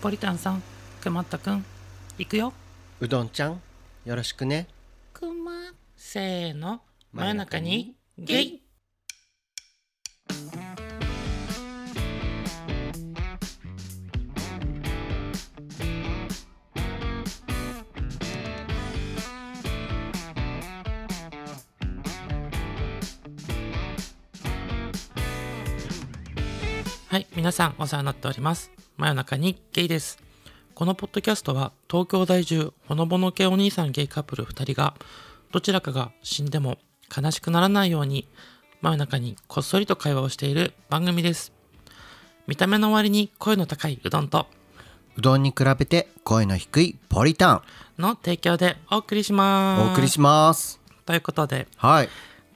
ポリタンさん、くまったくん、行くよ。うどんちゃんよろしくねくま、せーの、真夜中にゲイ。はい、皆さんお世話になっております。真夜中にゲイです。このポッドキャストは東京在住ほのぼの系お兄さんゲイカップル2人がどちらかが死んでも悲しくならないように真夜中にこっそりと会話をしている番組です。見た目の割に声の高いうどんとうどんに比べて声の低いポリタの提供でお送りしンます。お送りしますということではい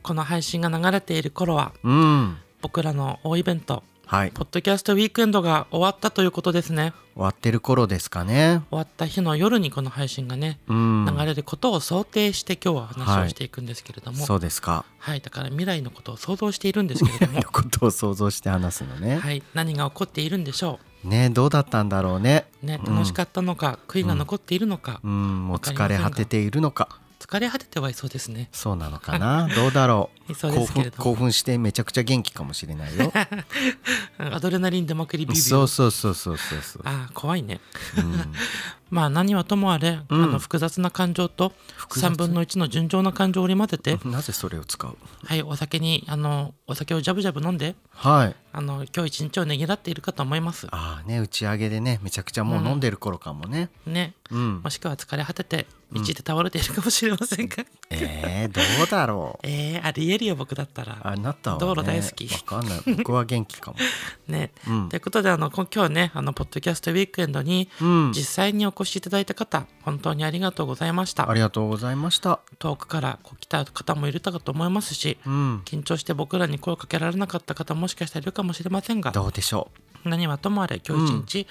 この配信が流れている頃はうん僕らの大イベントはい終ポッドキャストウィークエンドが終わったということですね。わってる頃ですかね終わった日の夜にこの配信がね、うん流れることを想定して今日は話はをいしていくんですけれども、はそいうですかだから未来のことを想像しているんですけ れどもの、ことを想像して話すのね、はい、何が起こっているんでしょねどうだったんだろうねう、ね、楽しかったのか、悔いが残っているのか、うんもうわかりま疲せんれが果てているのか疲れ果ててはいそうですね。 そうなのかなどうだろうそうですけれ奮ども興奮してめちゃくちゃ元気かもしれな いようんアドレナリン出まくりビビそうそうそうそうそうそうああ怖いね。 まあ何はともあれ、あの複雑な感情と3分の1の純情な感情を織り交ぜて、 なぜそれを使うはい、お酒にあのお酒をジャブジャブ飲んではいあの今日一日をねぎらっているかと思います。ああね打ち上げでねめちゃくちゃもう飲んでる頃かもね、ね、うんもしくは疲れ果てて道で倒れているかもしれませんが、えー、どうだ ろうえー、ありえるよ僕だったらあなたは、ね、道路大好きわかんない僕は元 気かもね、うんということであのこ今日ねあのポッドキャストウィークエンドにうん実際にお越しいただいた方本当にありがとうございましあたりがとうございました遠くからこう来た方もいるかと思いますしうん緊張して僕らに声をかけられなかった方もしかしたらいるかもしれませんがどうでしょう何はともあれ今日一日、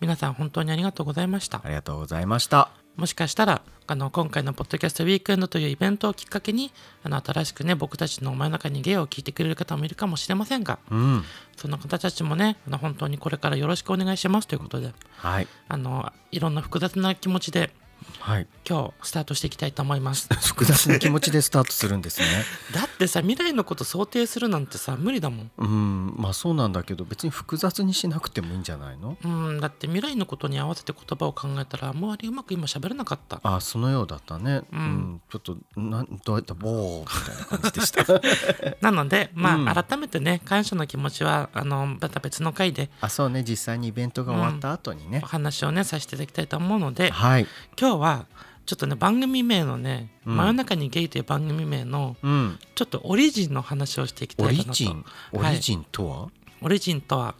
皆さん本当にありがとうございましたありがとうございましたもしかしたらあの今回のポッドキャストウィークエンドというイベントをきっかけにあの新しくね僕たちの真夜中に芸を聞いてくれる方もいるかもしれませんがうんその方たちもねあの本当にこれからよろしくお願いしますということではいあのいろんな複雑な気持ちではい今日スタートしていきたいと思います 複雑な気持ちでスタートするんですね だってさ未来のこと想定するなんてさ無理だもんうんまあそうなんだけど別に複雑にしなくてもいいんじゃないのうんだって未来のことに合わせて言葉を考えたらあんまりうまく今喋れなかったあそのようだったねうん、ちょっとなんどうやったボーみたいな感じでした なのでまあ、うん改めてね感謝の気持ちはあのまた別の回であそうね実際にイベントが終わった後にねお、話をねさせていただきたいと思うのではい今日はちょっとね番組名のね「うん真夜中にゲイ」という番組名のうんちょっとオリジンの話をしていきたオいリかなとジンオはいリジンとは、オリジンとは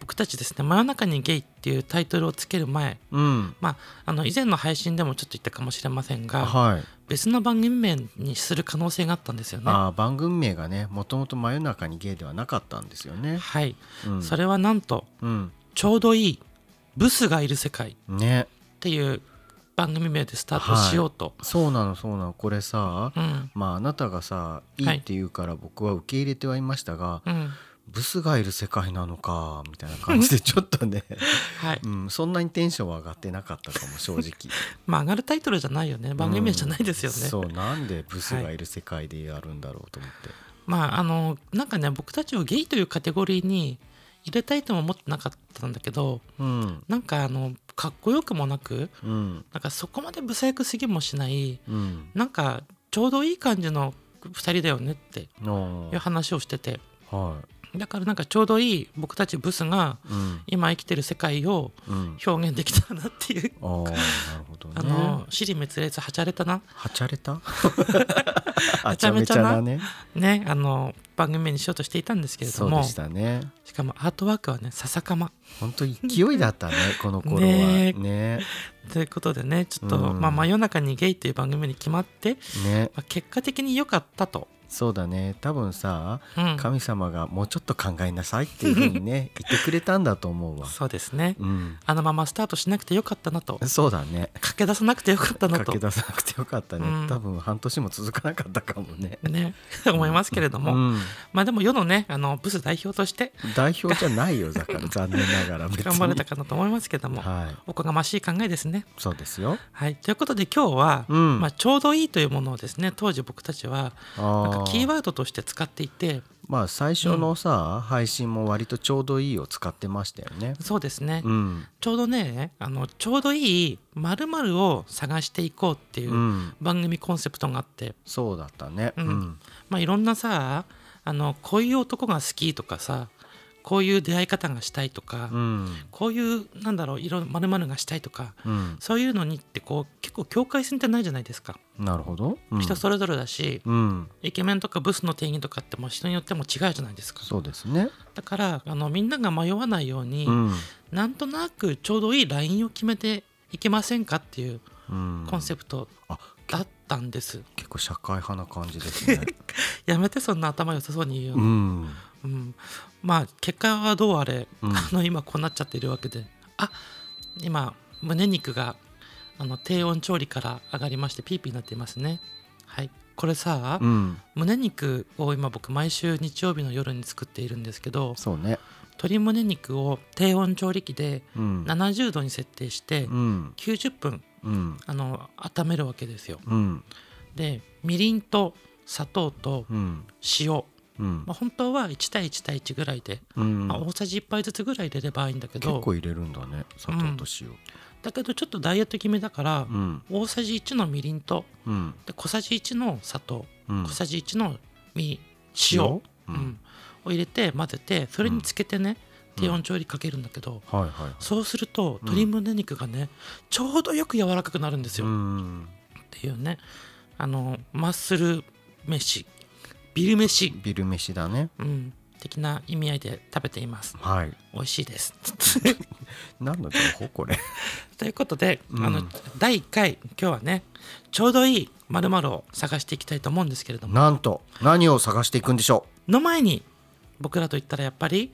僕たちですね「真夜中にゲイ」っていうタイトルをつける前うんまあ、あの以前の配信でもちょっと言ったかもしれませんが、はい、別の番組名にする可能性があったんですよね。あー番組名がねもともと真夜中にゲイではなかったんですよね。はい、うん、それはなんとうん、ちょうどいいブスがいる世界っねていう番組名でスタートしようと、そうなのそうなのこれさ、うんまああなたがさいはいいって言うから僕は受け入れてはいましたが、うん、ブスがいる世界なのかみたいな 感じでちょっとね、はい、うん、そんなにテンションは上がってなかったかも正直まあ上がるタイトルじゃないよね 番組名じゃないですよね、うんそうなんでブスがいる世界でやるんだろうと思って、まああのなんかね僕たちをゲイというカテゴリーに入れたいとも思ってなかったんだけどうんなんかあのかっこよくもなくうんなんかそこまでブサイクすぎもしないうんなんかちょうどいい感じの2人だよねってのいう話をしててはだからなんかちょうどいい僕たちブスがい、うん今生きてる世界をうん、表現できたなっていうあーなるほどね。あの尻滅裂はちゃれたなはちゃれた。 ははちゃめちゃなね。ねあの番組名にしようとしていたんですけれそどうでもししたね。かもアートワークはね笹かま本当勢いだ ったね、この頃は。ねね。ね。ということでねちょっと、うんまあ、真夜中にゲイという番組に決まって、まあ、結果的に良かったとそうだね多分さうん、神様がもうちょっと考えなさいっていうふう にね言ってくれたんだと思うわそうですね、うんあのままスタートしなくてよかったなとそうだね駆け出さなくてよかったな駆とけ出さなくてよかったね、うん多分半年も続かなかったかもねね 思いますけれども、うん、まあでも世のねあのブス代表として代表じゃないよだから残念ながら別に頑張れたかなと思いますけども、はいおこがましい考えですね。そうですよはい、ということで今日は、うんまあ、ちょうどいいというものをですね当時僕たちはなんあかーキーワードとして使っていてまあ最初のさ、配信も割とちょうどいいを使ってましたよねそうですね、うんちょうどねあのちょうどいい〇〇を探していこうっていううん番組コンセプトがあって、そうだったねううんん、まあ、いろんなさあのこういう男が好きとかさこういう出会い方がしたいとか、うんこういうなんだろういろ〇〇がしたいとかうんそういうのにってこう結構境界線ってないじゃないですか、なるほど、うん、人それぞれだしうんイケメンとかブスの定義とかってもう人によっても違うじゃないですかそうですねだからあのみんなが迷わないように、うん、なんとなくちょうどいいラインを決めていけませんかっていううん、コンセプトあだったんです、結構社会派な感じで すねやめてそんな頭良さそうに言ううの、んうんまあ結果はどうあれ、うんあの今こうなっちゃっているわけであ今胸肉があの低温調理から上がりましてピーピーになっていますねはいこれさ、うん胸肉を今僕毎週日曜日の夜に作っているんですけどそうね鶏胸肉を低温調理器でうん70度に設定してうん90分うんあの温めるわけですようんでみりんと砂糖とうん塩、うんまあ、本当は1対1対1ぐらいで、うんまあ、大さじ1杯ずつぐらい入れればいいんだけ結ど構入れるんだね砂糖と塩だけどちょっとダイエット気味だから、うん大さじ1のみりんとうんで小さじ1の砂糖うん小さじ1のみ塩、ううんんを入れて混ぜてそれにつけてね、うん低温調理かけるんだけど、はいはいはいそうすると鶏胸肉がね、ちょうどよく柔らかくなるんですよ、うっんていうねあのマッスル飯ビル飯、ビル飯だねうん、的な意味合いで食べていますはい美味しいです何の情報これということで、うんあの第1回今日はねちょうどいいまるを探していきたいと思うんですけれどもなんと何を探していくんでしょの前に僕らと言ったらやっぱり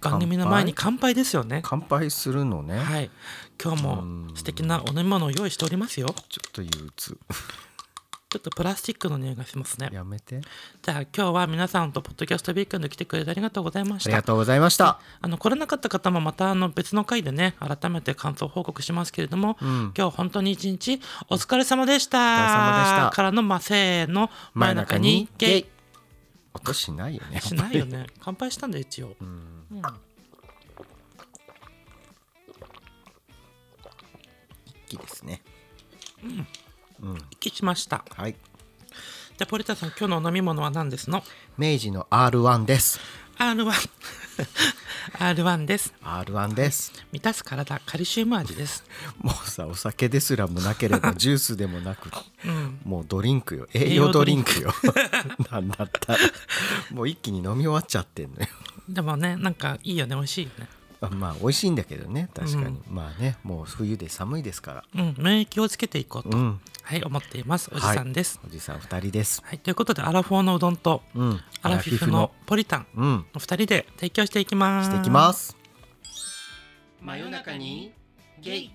番組の前に乾杯ですよねう乾杯するのねはい今日も素敵なお飲み物を用意しておりますよちょっと憂鬱ちょっとプラスチックの匂いがしますねやめてじゃあ今日は皆さんとポッドキャストビークエンド来てくれてありがとうございましありたがとうございましたあの来れなかった方もまたあの別の回でね改めて感想報告しますけれども、ん今日本当に一日お疲れ様でした様でしたからのまあせーの真真夜夜中中ににゲゲイイ音しないよねしないよ ね乾杯したんで一応、うん一気ですね一致しましたはいじゃあポリタさん今日のお飲み物は何ですの明治の R1 です R1 R1 です R1 です満たす体カリシウム味ですもうさお酒ですらもな ければジュースでもなく、もうドリンクよ栄栄養養ドドリリンンクよ なんだったらもう一気に飲み終わっちゃってんのよでもねなんかいいよね美味しいよねあ まあ美味しいんだけどね確かに、まあねもう冬で寒いですからうん、免疫をつけていこうと、うんはい、思っています。おじさんです。はおじさん二人ですい、ということで、アラフォーのうどんと、うんアラフィフのポリタン、うんお二人で提供していきます。していきます真夜中にゲイ。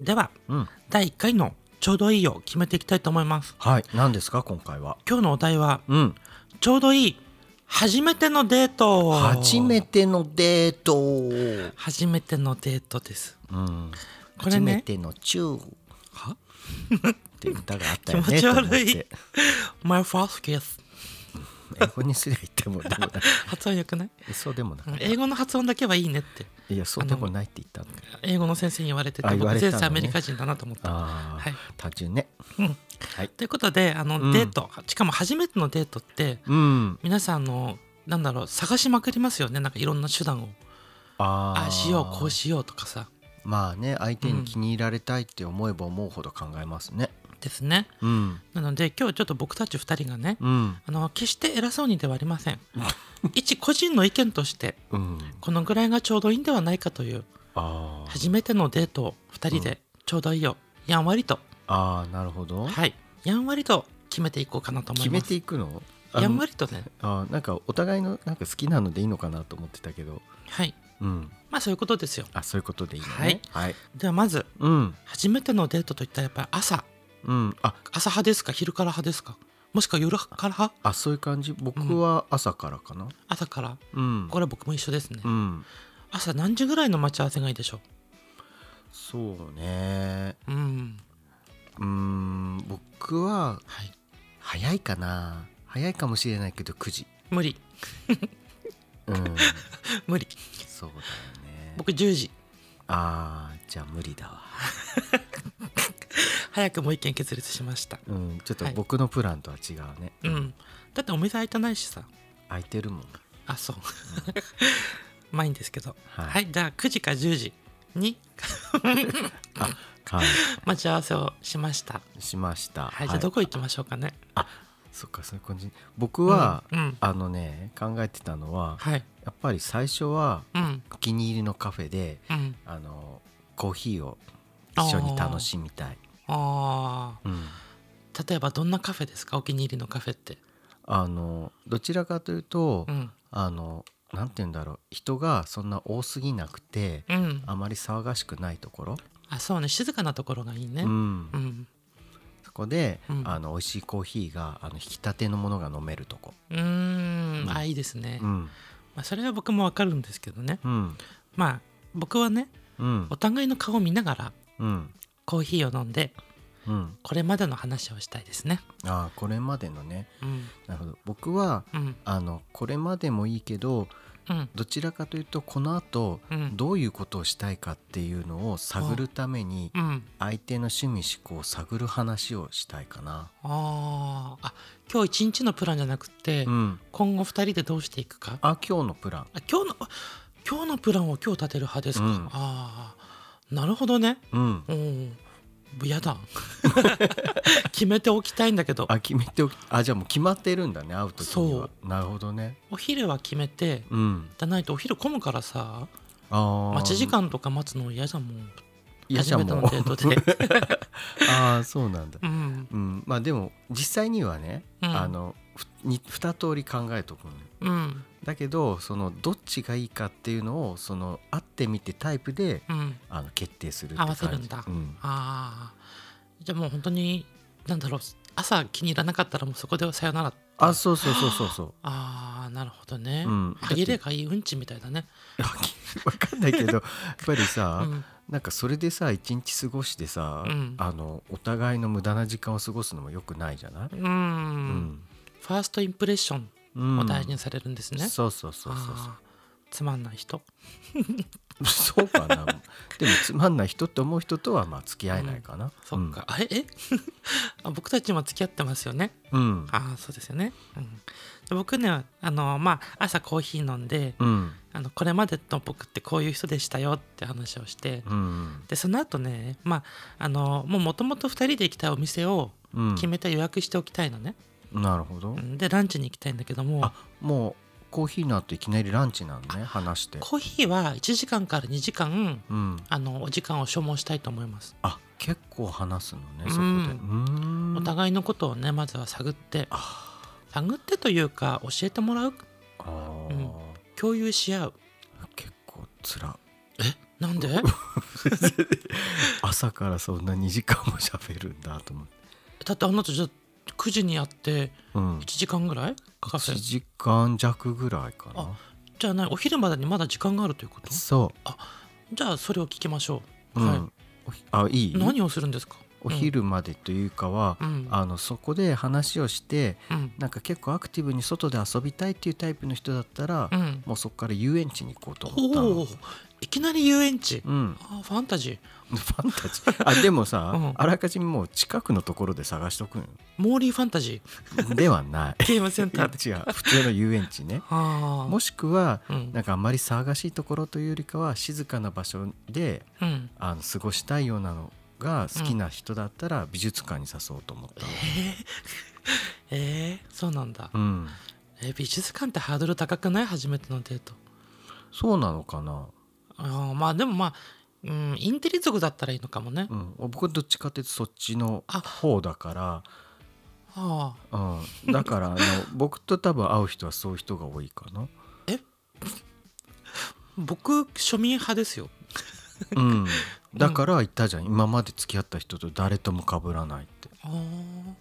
では、うん第1回のちょうどいいを決めていきたいと思います。はい何ですか今回は今日のお題は、うんちょうどいい初めてのデート。初めてのデート初めてのデートです。うんこ初れねめてのチューはって歌があったよね気持ち悪いと思って My first kiss。英語にすりゃ言ってもで もない発音よくないそうでもなかうんっ英語の発音だけはいいねって。たいやそうでもないって言ったんだけど英語の先生に言われてあて、言わ僕れた前の世ねアメリカ人だなと思った。ああ、はい単純ねうんはいということであの、うんデートしかも初めてのデートってうん皆さんあのなんだろう探しまくりますよねなんかいろんな手段をああーあしようこうしようとかさまあね相手に気に入られたいって思えば思うほど考えますねですねうんなので今日ちょっと僕たち2人がねうんあの決して偉そうにではありません 一個人の意見としてうんこのぐらいがちょうどいいんではないかというあー初めてのデートを2人でちょうどいいよやんわりとあーなるほどはいやんわりと決めていこうかなと思い決まめすていくのあのやんわりとねあなんかお互いのなんか好きなのでいいのかなと思ってたけどはいうんまあそういうことですよあそういうことでいいのはいねはい、ではまずうん初めてのデートといったらやっぱり朝うんあ朝派ですか昼から派ですかもしくは夜から派あそういう感じ僕は朝からかな朝からうんこれは僕も一緒ですねうん朝何時ぐらいの待ち合わせがいいでしょそうねううんうん僕ははい早いかな早いかもしれないけど9時無理 うん無理そうだよね僕10時あーじゃあ無理だわ早くもう一件決裂しましたうんちょっとはい僕のプランとは違うね、うんだってお店開いてないしさ空いてるもんあそう まあいいんですけどはいはいじゃあ9時か10時にあはい待ち合わせをしましたしましたはいじゃあどこ行きましょうかねそっかそういう感じ僕は、うんうんあのね考えてたのははいやっぱり最初はうんお気に入りのカフェでうんあのコーヒーを一緒に楽しみたい、あうんあ例えばどんなカフェですかお気に入りのカフェってあのどちらかというと、うんあのなんて言うんだろう人がそんな多すぎなくて、うんあまり騒がしくないところ、あそうね静かなところがいいねううんんそこで、うんあの美味しいコーヒーがあの引き立てのものが飲めるとこ、うーんあいいですねうんまあそれは僕もわかるんですけどねうんまあ僕はねうんお互いの顔を見ながらうんコーヒーを飲んでうんこれまでの話をしたいですねああこれまでのねうんなるほど僕はうんあのこれまでもいいけどうんどちらかというとこのあとうんどういうことをしたいかっていうのを探るためにうん相手の趣味思考を探る話をしたいかな。あーあ今日一日のプランじゃなくて、うん、今後2人でどうしていくかああ今日のプラン、今日のあ今日のプランを今日立てる派ですか、うんああなるほどねうん、うんや だ 決めておきたいんだけどあ決めておきあじゃあもう決まってるんだね会う時にはそ。なるほどね。お昼は決めてうん、じゃないとお昼混むからさああ待ち時間とか待つの嫌だもんいや初じゃあめてものうデートで ああそうなんだう。んうん、まあでも実際にはね、うんあのふに二通り考えとくのようんだけどそのどっちがいいかっていうのをその会ってみてタイプでうんあの決定するって合わ感じせるんだ、うんああじゃあもう本当になんだろう朝気に入らなかったらもうそこでさよならあそうそうそうそ うそうああなるほどね、うん歯切れがいいうんちみたいだね分かんないけどやっぱりさ、うんなんかそれでさ一日過ごしてさ、うんあのお互いの無駄な時間を過ごすのもよくないじゃない、うーんファーストインプレッションうんを大事にされるんですね、あそうそうそうそうあーつまんない人 そうそうかなでもつまんない人って思う人とはまあ付き合えないかな、そっか、あれえ あ僕たちも付き合ってますよねうん、うんああそうですよね、うん、で僕ねあのまあ朝コーヒー飲んで、うんあのこれまでの僕ってこういう人でしたよって話をして、うんでその後ねまああのもうもともと2人で行きたいお店をうん決めて予約しておきたいのね、なるほど、うんでランチに行きたいんだけどもあもうコーヒーの後いきなりランチなのね話してコーヒーは1時間から2時間うんあのお時間を消耗したいと思います、あ結構話すのねそこでううんーんお互いのことをねまずは探って探ってというか教えてもらうあー、うん共有し合う結構つらなん で朝からそんな2時間も喋るんだと思って、だってあなたじゃあ9時にやってうん1、時間ぐらいカフ1ェ時間弱ぐらいかなじゃあないお昼までにまだ時間があるということそじゃあそれを聞きましょう、う、うんはいおひあいい何をするんですかお昼までというかは、うんあのそこで話をしてうんなんか結構アクティブに外で遊びたいっていうタイプの人だったら、うんもうそこから遊園地に行こうと思ったのおおいきなり遊園地、うん、 あーファンタジーファンタジーあでもさ、うんあらかじめもう近くのところで探しとくんよモーリーファンタジで はないーゲームセンターで違う普通の遊園地ねあもしくは、あうんなんかあんまり騒がしいところというよりかは静かな場所でうんあの過ごしたいようなのが好きな人だったら美術館に誘おうと思ったの、 えー、そうなんだ、うん、えー美術館ってハードル高くない初めてのデートそうなのかな、あーまあでもまあ、うん、インテリ族だったらいいのかもね、うん、僕どっちかっていうとそっちの方だからあうん、だからあ の僕と多分会う人はそういう人が多いかな。僕庶民派ですようん、だから言ったじゃん今まで付き合った人と誰とも被らないって。あー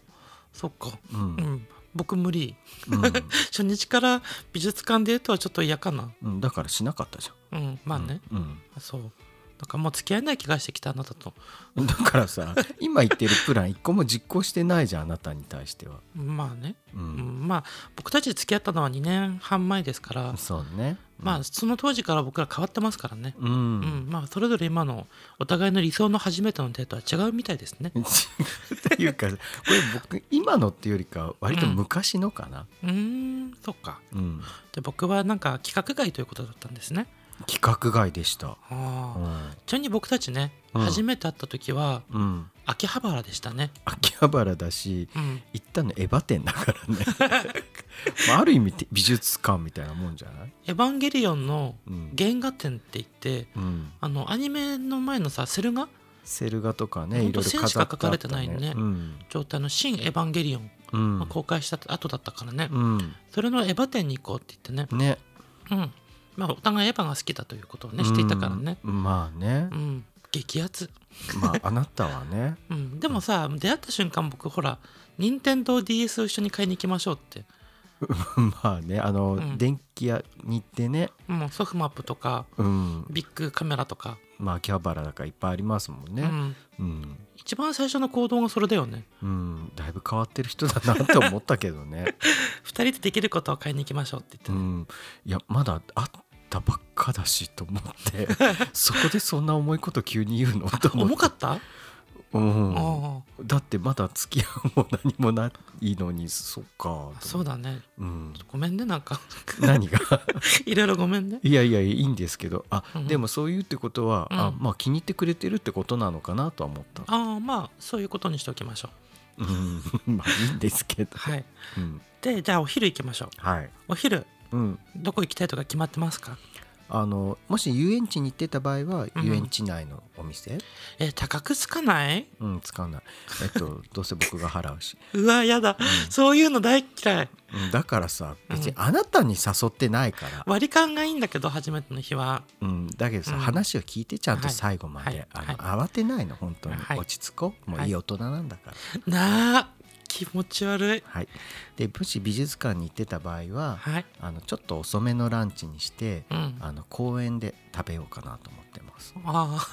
そっかううんん僕無理うん 初日から美術館デートはちょっと嫌かなうん、だからしなかったじうんまあゃん。ね、うんあそうなんかもう付き合えない気がしてきたあなたとうん、だからさ 今言ってるプラン一個も実行してないじゃんあなたに対しては。まあね、う、うんん、まあ僕たち付き合ったのは2年半前ですから、そうね。まあその当時から僕ら変わってますからねううん、ん、まあそれぞれ今のお互いの理想の初めてのデートは違うみたいですね違うというかこれ僕今のっていうよりか割と昔のかな、うーんそっかうん で僕はなんか規格外ということだったんですね企画外でした。あうあんちなみに僕たちね、うん初めて会った時はうん、秋葉原でしたね秋葉原だしうん行ったのエヴァ店だから ね、まあ、ある意味美術館みたいなもんじゃない、エヴァンゲリオンのうん原画展って言ってうん、あのアニメの前のさセル画セル画とかねほいんとろいろ飾ってあった、線しか描ね、かれてないねうん状態の「新エヴァンゲリオンう」がん公開した後だったからね、うんそれのエヴァ展に行こうって言ってね、ねうんまあ、お互いエヴァが好きだということをねしていたからね、うんま あねうん激アツ、まああなたはね うん、でもさ出会った瞬間僕ほら任天堂 d s を一緒に買いに行きましょうって、まあねあの、ん電気屋に行ってねうん、ソフマップとかうんビッグカメラとか、まあ秋葉原だからいっぱいありますもんうねん、うん、一番最初の行動がそれだよねうん、だいぶ変わってる人だなって思ったけどね、 2人でできることを買いに行きましょうって言ってうね、ん、いやまだ会ったばっかだしと思って そこでそんな重いこと急に言うのと思重ってかった、うん、あだってまだ付き合うも何もないのにそっかと思っあてそうだねうん、ごめんねなんか何が いろいろごめんねいやいやいいんですけどあ、うんでもそういうってことは、うんあまあ気に入ってくれてるってことなのかなとは思った、ああまあそういうことにしておきましょううん、ま あいいんですけど、はいうん、でじゃあお昼行きましょうはい、お昼うん、どこ行きたいとか決まってますかあのもし遊園地に行ってた場合はうん遊園地内のお店、え高くつかないうん使わないえっとどうせ僕が払うし、うわやだ、そういうの大嫌いうん、だからさ別にあなたに誘ってないから、割り勘がいいんだけど初めての日はうん、だけどさ、うん話を聞いてちゃんとはい最後まで、はいあの慌てないの本当に、はい落ち着こうもういい大人なんだから、なあ気持ち悪いはい、でもし美術館に行ってた場合ははいあのちょっと遅めのランチにして、うんああの公園で食べようかなと思ってますあ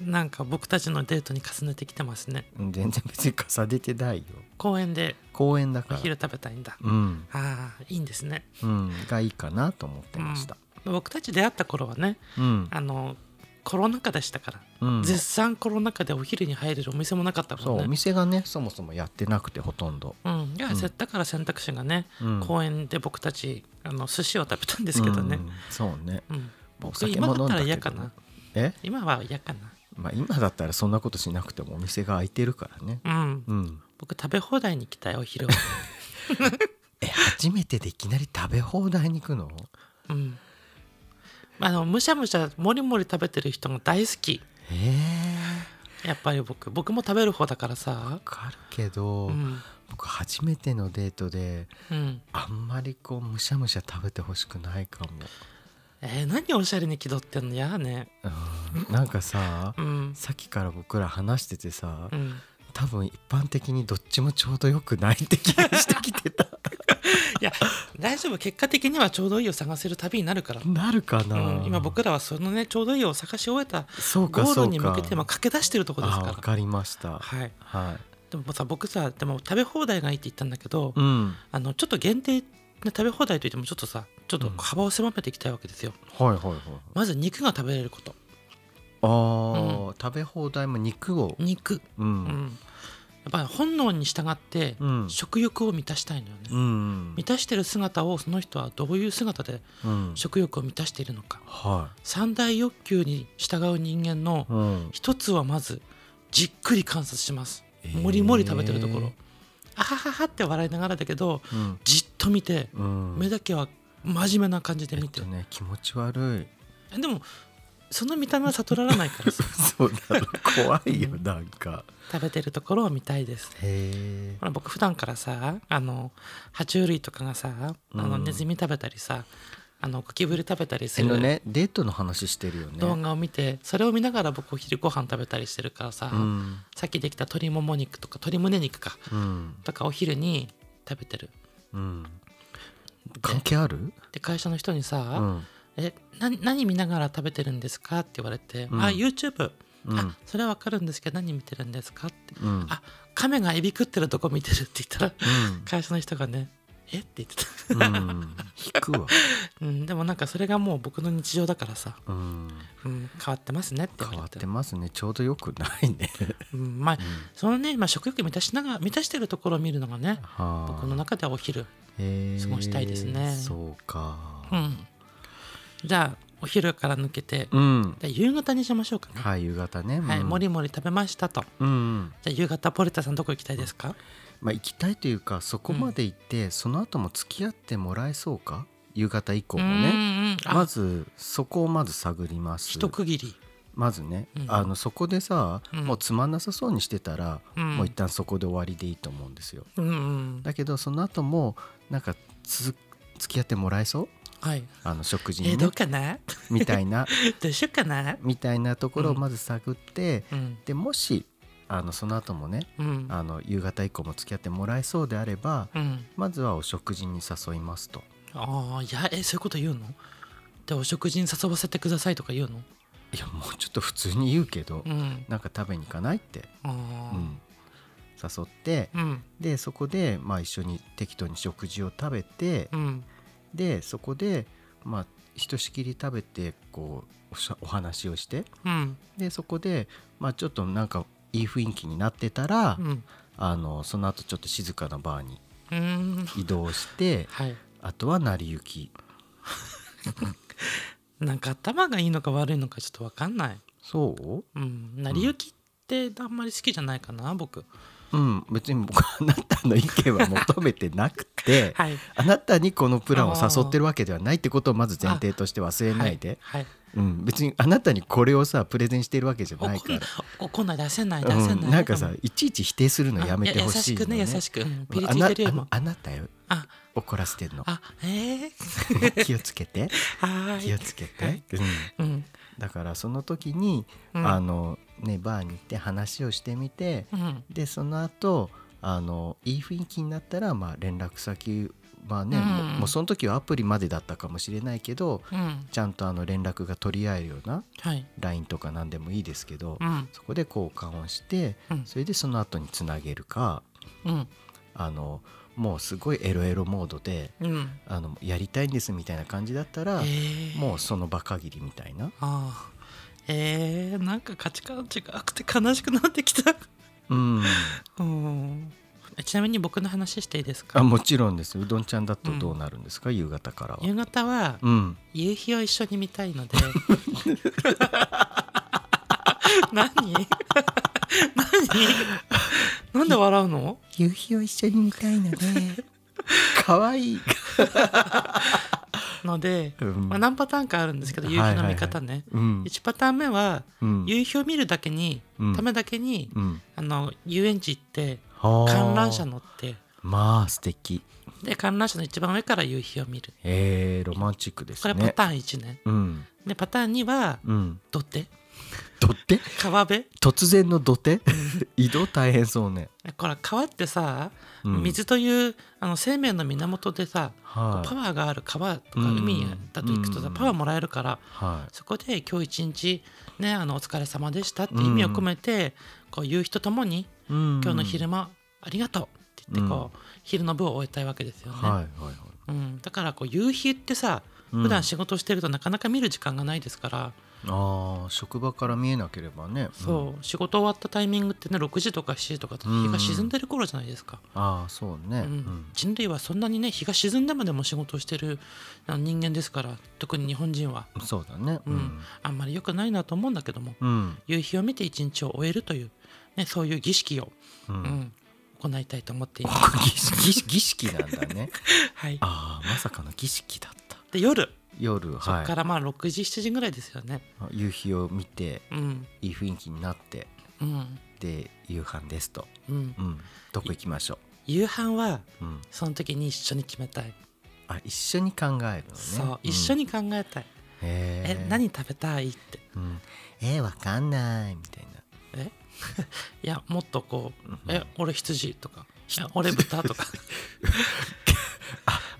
なんか僕たちのデートに重ねてきてますねうん全然別に重ねてないよ公園で公園だおから昼食べたいんだうん、ああいいんですねうん、がいいかなと思ってました、僕たち出会った頃はねうんあのコロナ禍でしたから、うん絶賛コロナ禍でお昼に入れるお店もなかったもそんうねお店がねそもそもやってなくてほとんど、うん、いや、うんせだから選択肢がね、うん公園で僕たちあの寿司を食べたんですけどねう、んそうねうんお僕酒今もだ飲っんたらだけどね嫌かなえ、今は嫌かまあ、今だったらそんなことしなくてもお店が開いてるからねなうんうん僕食べ放題に行きたいお昼 は、え初めてでいきなり食べ放題に行くのうん、あのむしゃむしゃもりもり食べてる人も大好きええやっぱり僕僕も食べる方だからさわかるけど、うん僕初めてのデートでうんあんまりこうむしゃむしゃ食べてほしくないかも、えー何おしゃれに気取ってんのやねうん、なんかさうんさっきから僕ら話しててさ、うん多分一般的にどっちもちょうどよくないって気がしてきてたいや大丈夫結果的にはちょうどいいを探せる旅になるから、なるかな、うん、今僕らはそのねちょうどいいを探し終えたそうかゴそールうにか向けて今駆け出してるとこですあかわらかりましたはい、はい、でもさ僕さでも食べ放題がいいって言ったんだけど、うんあのちょっと限定な食べ放題といってもちょっとさちょっとうん幅を狭めていきたいわけですよ、はいはいはいまず肉が食べれることあー、食べ放題も肉を肉ううん、んやっぱり本能に従ってうん食欲を満たしたいのよね、うん満たしてる姿をその人はどういう姿でうん食欲を満たしているのかは三大欲求に従う人間のい、うん、一つはまずじっくり観察しますえーもりもり食べてるところあはははって笑いながらだけどうんじっと見てうん目だけは真面目な感じでえ見ってと、ね気持ち悪いでもその見た目は悟られないからさ そうなの怖いよなんか食べてるところを見たいですねへえほら僕普段からさあの爬虫類とかがさあのうんネズミ食べたりさ、あのゴキブリ食べたりすあのるねデートの話してるよ動ね画を見て、それを見ながら僕お昼ご飯食べたりしてるからさ、うんさっきできた鶏もも肉とか鶏胸肉かうんとかお昼に食べてるうん関係あるで会社の人にうさ「んえな何見ながら食べてるんですか?」って言われて「うんあ YouTube、うあんそれはわかるんですけど何見てるんですか?」ってうんあ亀がエビ食ってるとこ見てるって言ったらうん会社の人がね「えっ?」て言ってた、 うん引くわうん、でもなんかそれがもう僕の日常だからさ、うんうん、変わってますねって言わ変われっててますねちょうどよくないねうん、まあそのね、まあ、食欲満たしながら満たしてるところを見るのがねはあ僕の中ではお昼へえ過ごしたいですねそうかうんじゃあお昼から抜けて、うんじゃあ夕方にしましょうかねはい夕方ねはい、うんもりもり食べましたとうんうんじゃあ夕方ポリタさんどこ行きたいですかまあ行きたいというかそこまで行って、その後も付き合ってもらえそうか夕方以降もうねんうんあ、まずそこをまず探ります一区切り、まずね、うんあのそこでさ、うんもうつまんなさそうにしてたら、うん、もう一旦そこで終わりでいいと思うんですようんうんだけどその後もなんかつ付き合ってもらえそうはいあの食事えに、どねう、かな みたいなどうしようかなみたいなところをまず探って、うんでもしあのその後もねうんあの夕方以降も付き合ってもらえそうであれば、うんまずはお食事に誘いますとああいやえそういうこと言うのでお食事に誘わせてくださいとか言うのいやもうちょっと普通に言うけど、うんなんか食べに行かないって、あうん誘ってあうんでそこで、まあ、一緒に適当に食事を食べて、うんでそこで、まあ、ひとしきり食べてこうおしゃお話をしてうんでそこで、まあ、ちょっとなんかいい雰囲気になってたら、うんあのその後ちょっと静かなバーにうん移動してはいあとは成り行きなんか頭がいいのか悪いのかちょっとわかんないそううん成り行きってあんまり好きじゃないかな僕うん、別に僕あなたの意見は求めてなくて はいあなたにこのプランを誘ってるわけではないってことをまず前提として忘れないで、はいうん、別にあなたにこれをさプレゼンしてるわけじゃないか怒んらな。怒んない出せない出せない、うん、なんかさういちいち否定するのあやめてほしいのねや優しくね優しく、うん、ピリつあいなてるよ今ああなたよあ怒らせてるのあえ ー、気をつけては気ーをいつけはてい、うん、うんだからその時に、うんあのねバーに行って話をしてみて、うんでその後あのいい雰囲気になったら、まあ、連絡先まあね、うんもうもうその時はアプリまでだったかもしれないけどうんちゃんとあの連絡が取り合えるようなはい LINE とか何でもいいですけど、うんそこで交換をして、うんそれでその後につなげるかうんあのもうすごいエロエロモードでうんあのやりたいんですみたいな感じだったら、えー、もうその場限りみたいな、ああえー、なんか価値観違くて悲しくなってきた うん、うんえちなみに僕の話していいですあかもちろんですうどんちゃんだとどうなるんですか、夕方からは。夕方はうん夕日を一緒に見たい ので何 何なんで笑うの夕日を一緒に見たいので 可愛いい、ので、うんまあ、何パターンかあるんですけどはい夕日の見方ね、うん1パターン目はうん夕日を見るだけに、うんためだけに、うん、あの遊園地行ってはあ観覧車乗ってまあ素敵で観覧車の一番上から夕日を見るえー、ロマンチックですこれねパターン1ねうんでパターン2はうん土手土手川辺突然の土手 移動大変そうね、これ川ってさ、うん水というあの生命の源でさ、はいパワーがある川とかうん海だと行くとさ、うんパワーもらえるからはそこで今日一日ねあのお疲れ様でしたって意味を込めて、こう夕日とともにい、うん今日の昼間ありがとうって言ってこう、昼の部を終えたいわけですよね、はいはいはいうん、だからこう夕日ってさうん普段仕事してるとなかなか見る時間がないですから、あー職場から見えなければね、うんそう仕事終わったタイミングってね6時とか7時とかって日が沈んでる頃じゃないですか、ああそうね、ううんん人類はそんなにね日が沈んでまでも仕事をしてるあの人間ですから特に日本人は、そうだねうんあんまり良くないなと思うんだけどもうん夕日を見て一日を終えるという、ね、そういう儀式を、う、うんん、行いたいと思っています。儀式儀式なんだねはい、ああまさかの儀式だったで夜夜そはっいからまあ6時7時ぐらいですよねあ夕日を見てうんいい雰囲気になってうんで夕飯ですと、うんうん、どこ行きましょ夕飯はう、うん、その時に一緒に決めたい、あ一緒に考えるのねそう、一緒に、に考えたいうんへえー何食べたいってうん、えー、わかんないみたいなえ いやもっとこう「うんえ俺羊」とか「いや俺豚」 とか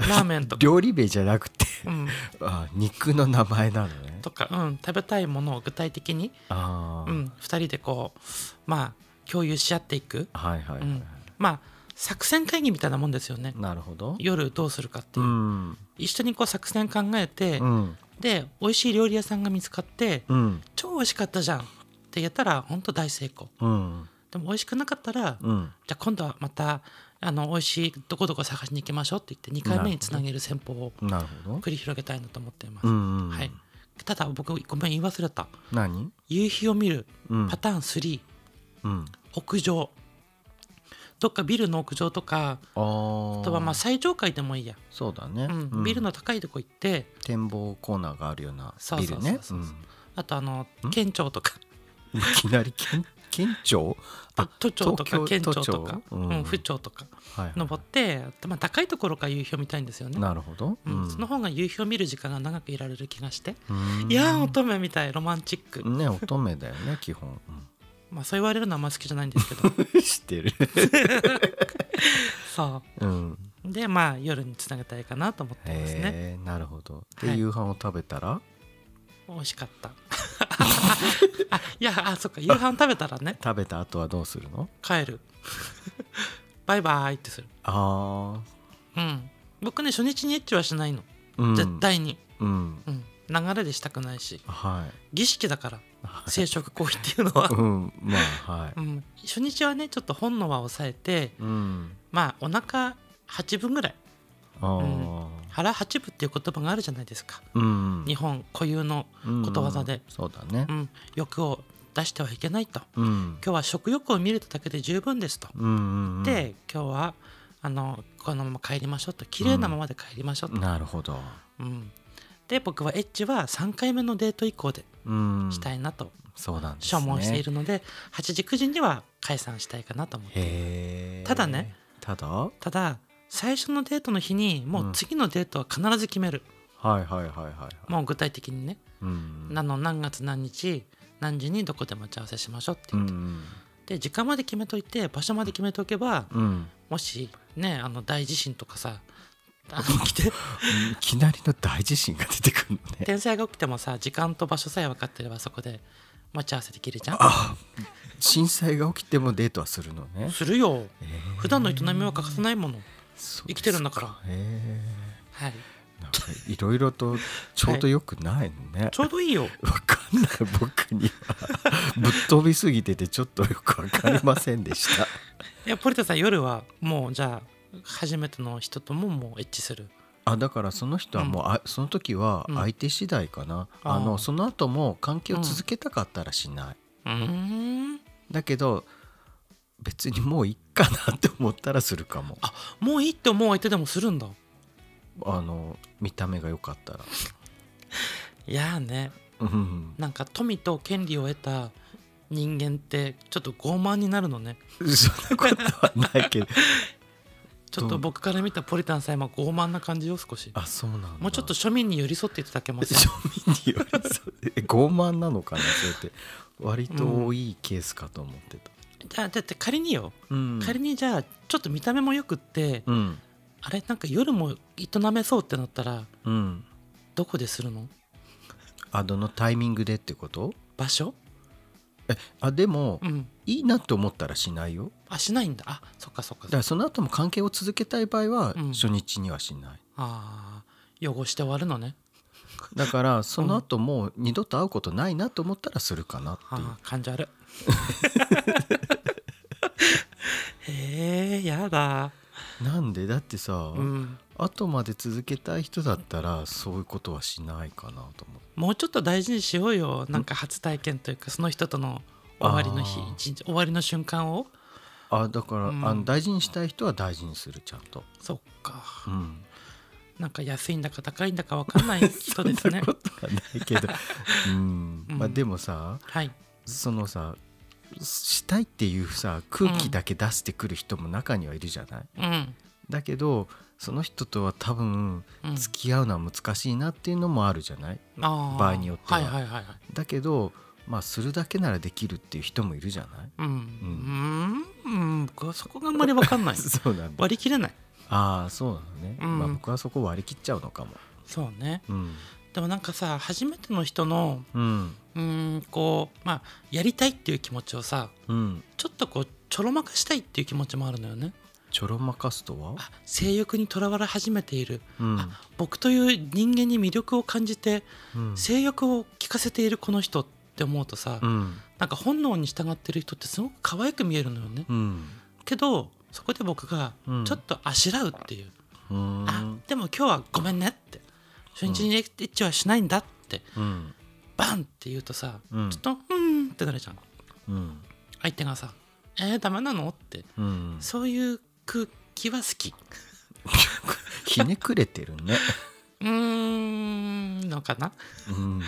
ラーメン とか、料理名じゃなくてうん、あ肉の名前なのねとか、うん、食べたいものを具体的に、ああ、うん、2人でこうまあ共有し合っていく、はいはいはい、うん、まあ作戦会議みたいなもんですよねなるほど夜どうするかってういう、ん一緒にこう作戦考えて、うんで美味しい料理屋さんが見つかってうん「超美味しかったじゃん」って言ったら本当大成功うんでも美味しくなかったら、うんじゃあ今度はまたあの美味しいどこどこ探しに行きましょうって言って2回目につなげる戦法をなるほど繰り広げたいなと思っています、うんうん、はい、ただ僕ごめん言い忘れた何夕日を見るうんパターン3、うん屋上どっかビルの屋上とかあーあとはまあ最上階でもいいや、そうだね、うんうんビルの高いとこ行って展望コーナーがあるようなそうビそうルそうねそうあとあの県庁とかうんいきなり県 県庁あ都庁とか東京県庁とか、都庁うんうん府庁とかはいはい登って、まあ、高いところから夕日を見たいんですよね、なるほど、うんその方が夕日を見る時間が長くいられる気がしてうんいやー乙女みたいロマンチック、ね乙女だよね基本、まあそう言われるのはあんま好きじゃないんですけ ど うん、知ってる、そうん、うでまあ夜につなげたいかなと思ってますねへえなるほどはでい夕飯を食べたら、美味しかった あいやあそっか夕飯食べたらね食べた後はどうするの帰る バイバイってするあうん僕ね初日にエッチはしないの、ー、うん、絶対に、うんうん、流れでしたくないしは儀式だからい、生殖行為っていうのはうんまあはいうん、初日はねちょっと本能は抑えてうんまあお腹8分ぐらいあー腹八分っていう言葉があるじゃないですかうん日本固有の、うんことわざでそうだねうん、欲を出してはいけないとうん今日は食欲を見れただけで十分ですと、うんうんうんで今日はあのこのまま帰りましょうと綺麗なままで帰りましょうと、なるほどうんで僕はエッチは3回目のデート以降でうんしたいなとそうなんです所ね望しているので8時9時には解散したいかなと思ってへえただねただはただ最初のデートの日にもう次のデートは必ず決める、いはいはいはいはいもう具体的にねうんあの何月何日何時にどこで待ち合わせしましょうってう言って、んで時間まで決めといて場所まで決めておけばうんうんもしねあの大地震とか さあの来ていきなりの大地震が出てくる のね天災が起きてもさ時間と場所さえ分かってればそこで待ち合わせできるじゃんあ震災が起きてもデートはするのねするよへー普段の営みは欠かさないものそう生きてるんだからへえはいなんかいろいろとちょうどよくないのね、ちょうどいいよわかんない僕にはぶっ飛びすぎててちょっとよくわかりませんでしたいやポリタさん夜はもうじゃあ初めての人とももうエッチするあだからその人はもう、あその時はうん相手次第かな、あーあのその後も関係を続けたかったらしない、うーんだけど別にもういっかなって思ったらするかもあもういいって思う相手でもするんだあの見た目が良かったらいやーねうん なんか富と権利を得た人間ってちょっと傲慢になるのねそんなことはない けどちょっどとう僕から見たポリタンさん今傲慢な感じよ少しあそうなんだもうちょっと庶民に寄り添っていただけます庶民によりそうえ傲慢なのかなそうやって割と多いケースかと思ってた、じゃあだって仮によ、うん仮にじゃあちょっと見た目もよくって、うんあれなんか夜も営めそうってなったらうんどこでするのあどのタイミングでってこと場所えあでも、うんいいなって思ったらしないよあしないんだあそっかそっかそっだかからその後も関係を続けたい場合は、うん初日にはしないあー汚して終わるのねだからその後もう二度と会うことないなと思ったらするかなっていう、あー感じある へえやだなんでだってさ、うん後まで続けたい人だったらそういうことはしないかなと思ってもうちょっと大事にしようよなんか初体験というかその人との終わりの日あー一日終わりの瞬間をあだから、うんあの大事にしたい人は大事にするちゃんと、そっかうん、なんか安いんだか高いんだかわかんない人ですね そんなことはないけど、うんうんまあ、でもさはいそのさしたいっていうさ空気だけ出してくる人も中にはいるじゃない、うんだけどその人とは多分うん付き合うのは難しいなっていうのもあるじゃないあー場合によってははいはいはいはいだけどまあするだけならできるっていう人もいるじゃ ないうんうんうん僕はそこがあんまりわかん ないそうなんだ割り切れないああそうなのね、うんまあ僕はそこ割り切っちゃうのかもそうねうんでもなんかさ初めての人のうんうーんこうまあやりたいっていう気持ちをさうんちょっとこうちょろまかしたいっていう気持ちもあるのよねちょろまかすとはあ性欲にとらわれ始めているうんあ僕という人間に魅力を感じてうん性欲を効かせているこの人って思うとさ、うんなんか本能に従ってる人ってすごく可愛く見えるのよね、うんけどそこで僕がうんちょっとあしらうっていう、うんあでも今日はごめんねって初日にエッチはしないんだってうんバンって言うとさうんちょっとうんってなるじゃんうん相手がさ「えー、ダメなの?」ってうんそういう空気は好きひねくれてる ねうーんのかなうん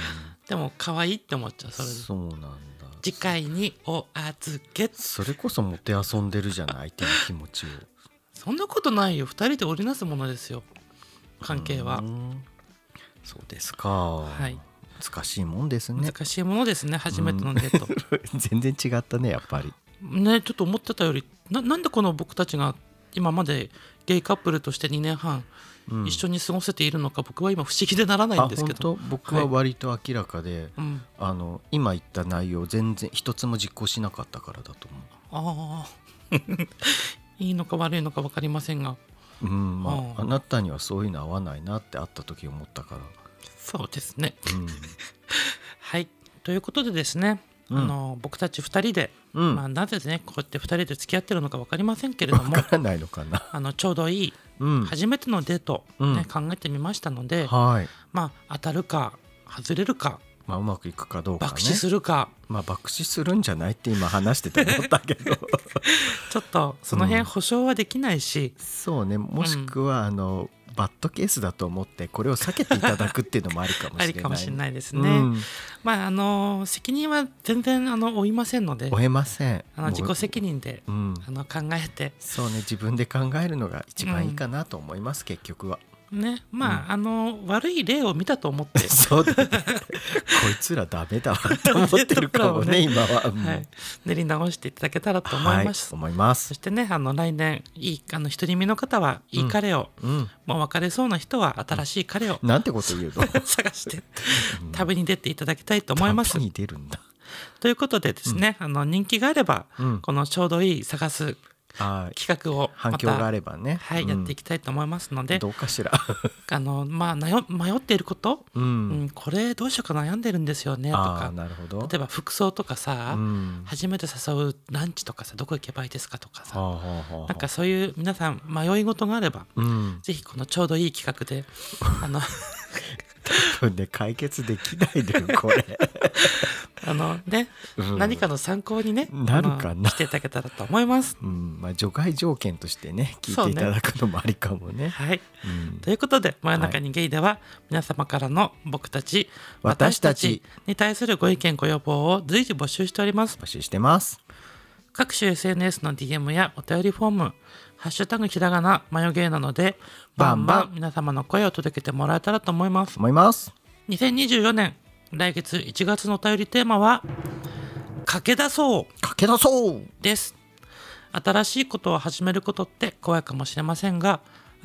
でも可愛いって思っちゃうそれでそうなんだ次回にお預けそれこそもて遊んでるじゃない相手の気持ちをそんなことないよ二人で織りなすものですよ関係はうんそうですか、い難しいもんですね難しいものですね初めてのデート 全然違ったねやっぱりねちょっと思ってたよりななんでこの僕たちが今までゲイカップルとして2年半うん一緒に過ごせているのか僕は今不思議でならないんですけあど、本当僕は割と明らかで、うん、あの今言った内容全然一つも実行しなかったからだと思ああ いいのか悪いのか分かりませんがう、うんまああ、ああなたにはそういうの合わないなって会った時思ったから、そうですねうんはいということでですね、うんあの僕たち2人で、うん まあ、なぜねこうやって2人で付き合ってるのか分かりませんけれどもわからないのかなあのちょうどいいうん初めてのデート、うんね考えてみましたので、はい、まあ、当たるか外れるかまあ、うまくいくかどうかね爆死するかまあ爆死するんじゃないって今話してて思ったけどちょっとその辺保証はできないし、そうねもしくは、あのバッドケースだと思ってこれを避けていただくっていうのもありかもしれなあいりかもしれいないですね。まああの責任は全然あの負いませんので追えませんあの自己責責任でうんあの考えてそうね自分で考えるのが一番いいかなと思います、結局は ねまあ、あの悪い例を見たと思って、そうだねこいつらダメだわって思ってるかもね今は、うんはい、練り直していただけたらと思います。はい思いますそしてねあの来年いいあの独り身の方はいい彼を、うんもう別れそうな人は新しい彼を、なんてこと言うの探して旅に出ていただきたいと 思います旅。に出るんだということでですね、あの人気があれば、うんこのちょうどいい探すはい企画を反響があればねはい、うんやっていきたいと思いますのでどうかしら あの、まあ、なよ迷っていること、うん、うん、これどうしようか悩んでるんですよねとああかなるほど例えば服装とかさ、うん初めて誘うランチとかさどこ行けばいいですかとかはあさはあはあなんかそういう皆さん迷い事があればうんぜひこのちょうどいい企画 であの多分ね 解決できないでよこれあの、ねうん何かの参考にねなるかなあのしていただけたらと思います。 うんまあ除外条件としてね聞そういねていただくのもありかもねはいうんということで「真夜中にゲイ」では皆様からの僕たち私たちに対するご意見ご要望を随時募集しております募集してます各種 SNS の DM やお便りフォーム「ハッシュタグひらがなマヨゲイ」なのでババンンババンン皆様の声を届けてもらえたらと思います思います2024年来月1月のお便りテーマは「駆け出そう」駆け出そうです新しいことを始めることって怖いかもしれませんが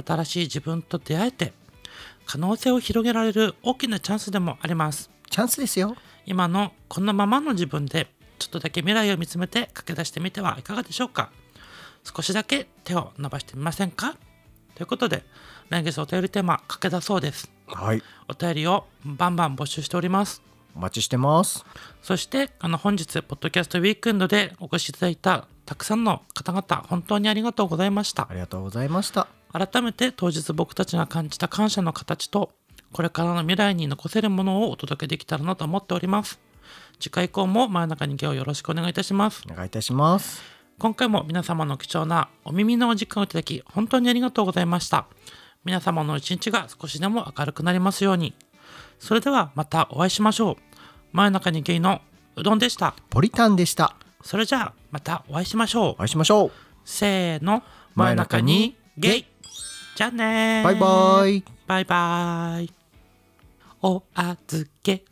新しい自分と出会えて可能性を広げられる大きなチャンスでもありますチャンスですよ今のこのままの自分でちょっとだけ未来を見つめて駆け出してみてはいかがでしょうか少しだけ手を伸ばしてみませんかということで来月お便りテーマ「駆け出そう」ですはいお便りをバンバン募集しておりますお待ちしてますそしてあの本日ポッドキャストウィークエンドでお越しいただいたたくさんの方々本当にありがとうございましたありがとうございました改めて当日僕たちが感じた感謝の形とこれからの未来に残せるものをお届けできたらなと思っております次回以降も真夜中に今日よろしくお願いいたしますお願いいたします今回も皆様の貴重なお耳のお時間をいただき本当にありがとうございました皆様の一日が少しでも明るくなりますように。それではまたお会いしましょう。真夜中にゲイのうどんでした。ポリタンでしたそれじゃあまたお会いしましょうお。会いしましょうせーの、真夜中にゲイ。じゃあねー。バイバイバイバイ。おあずけ。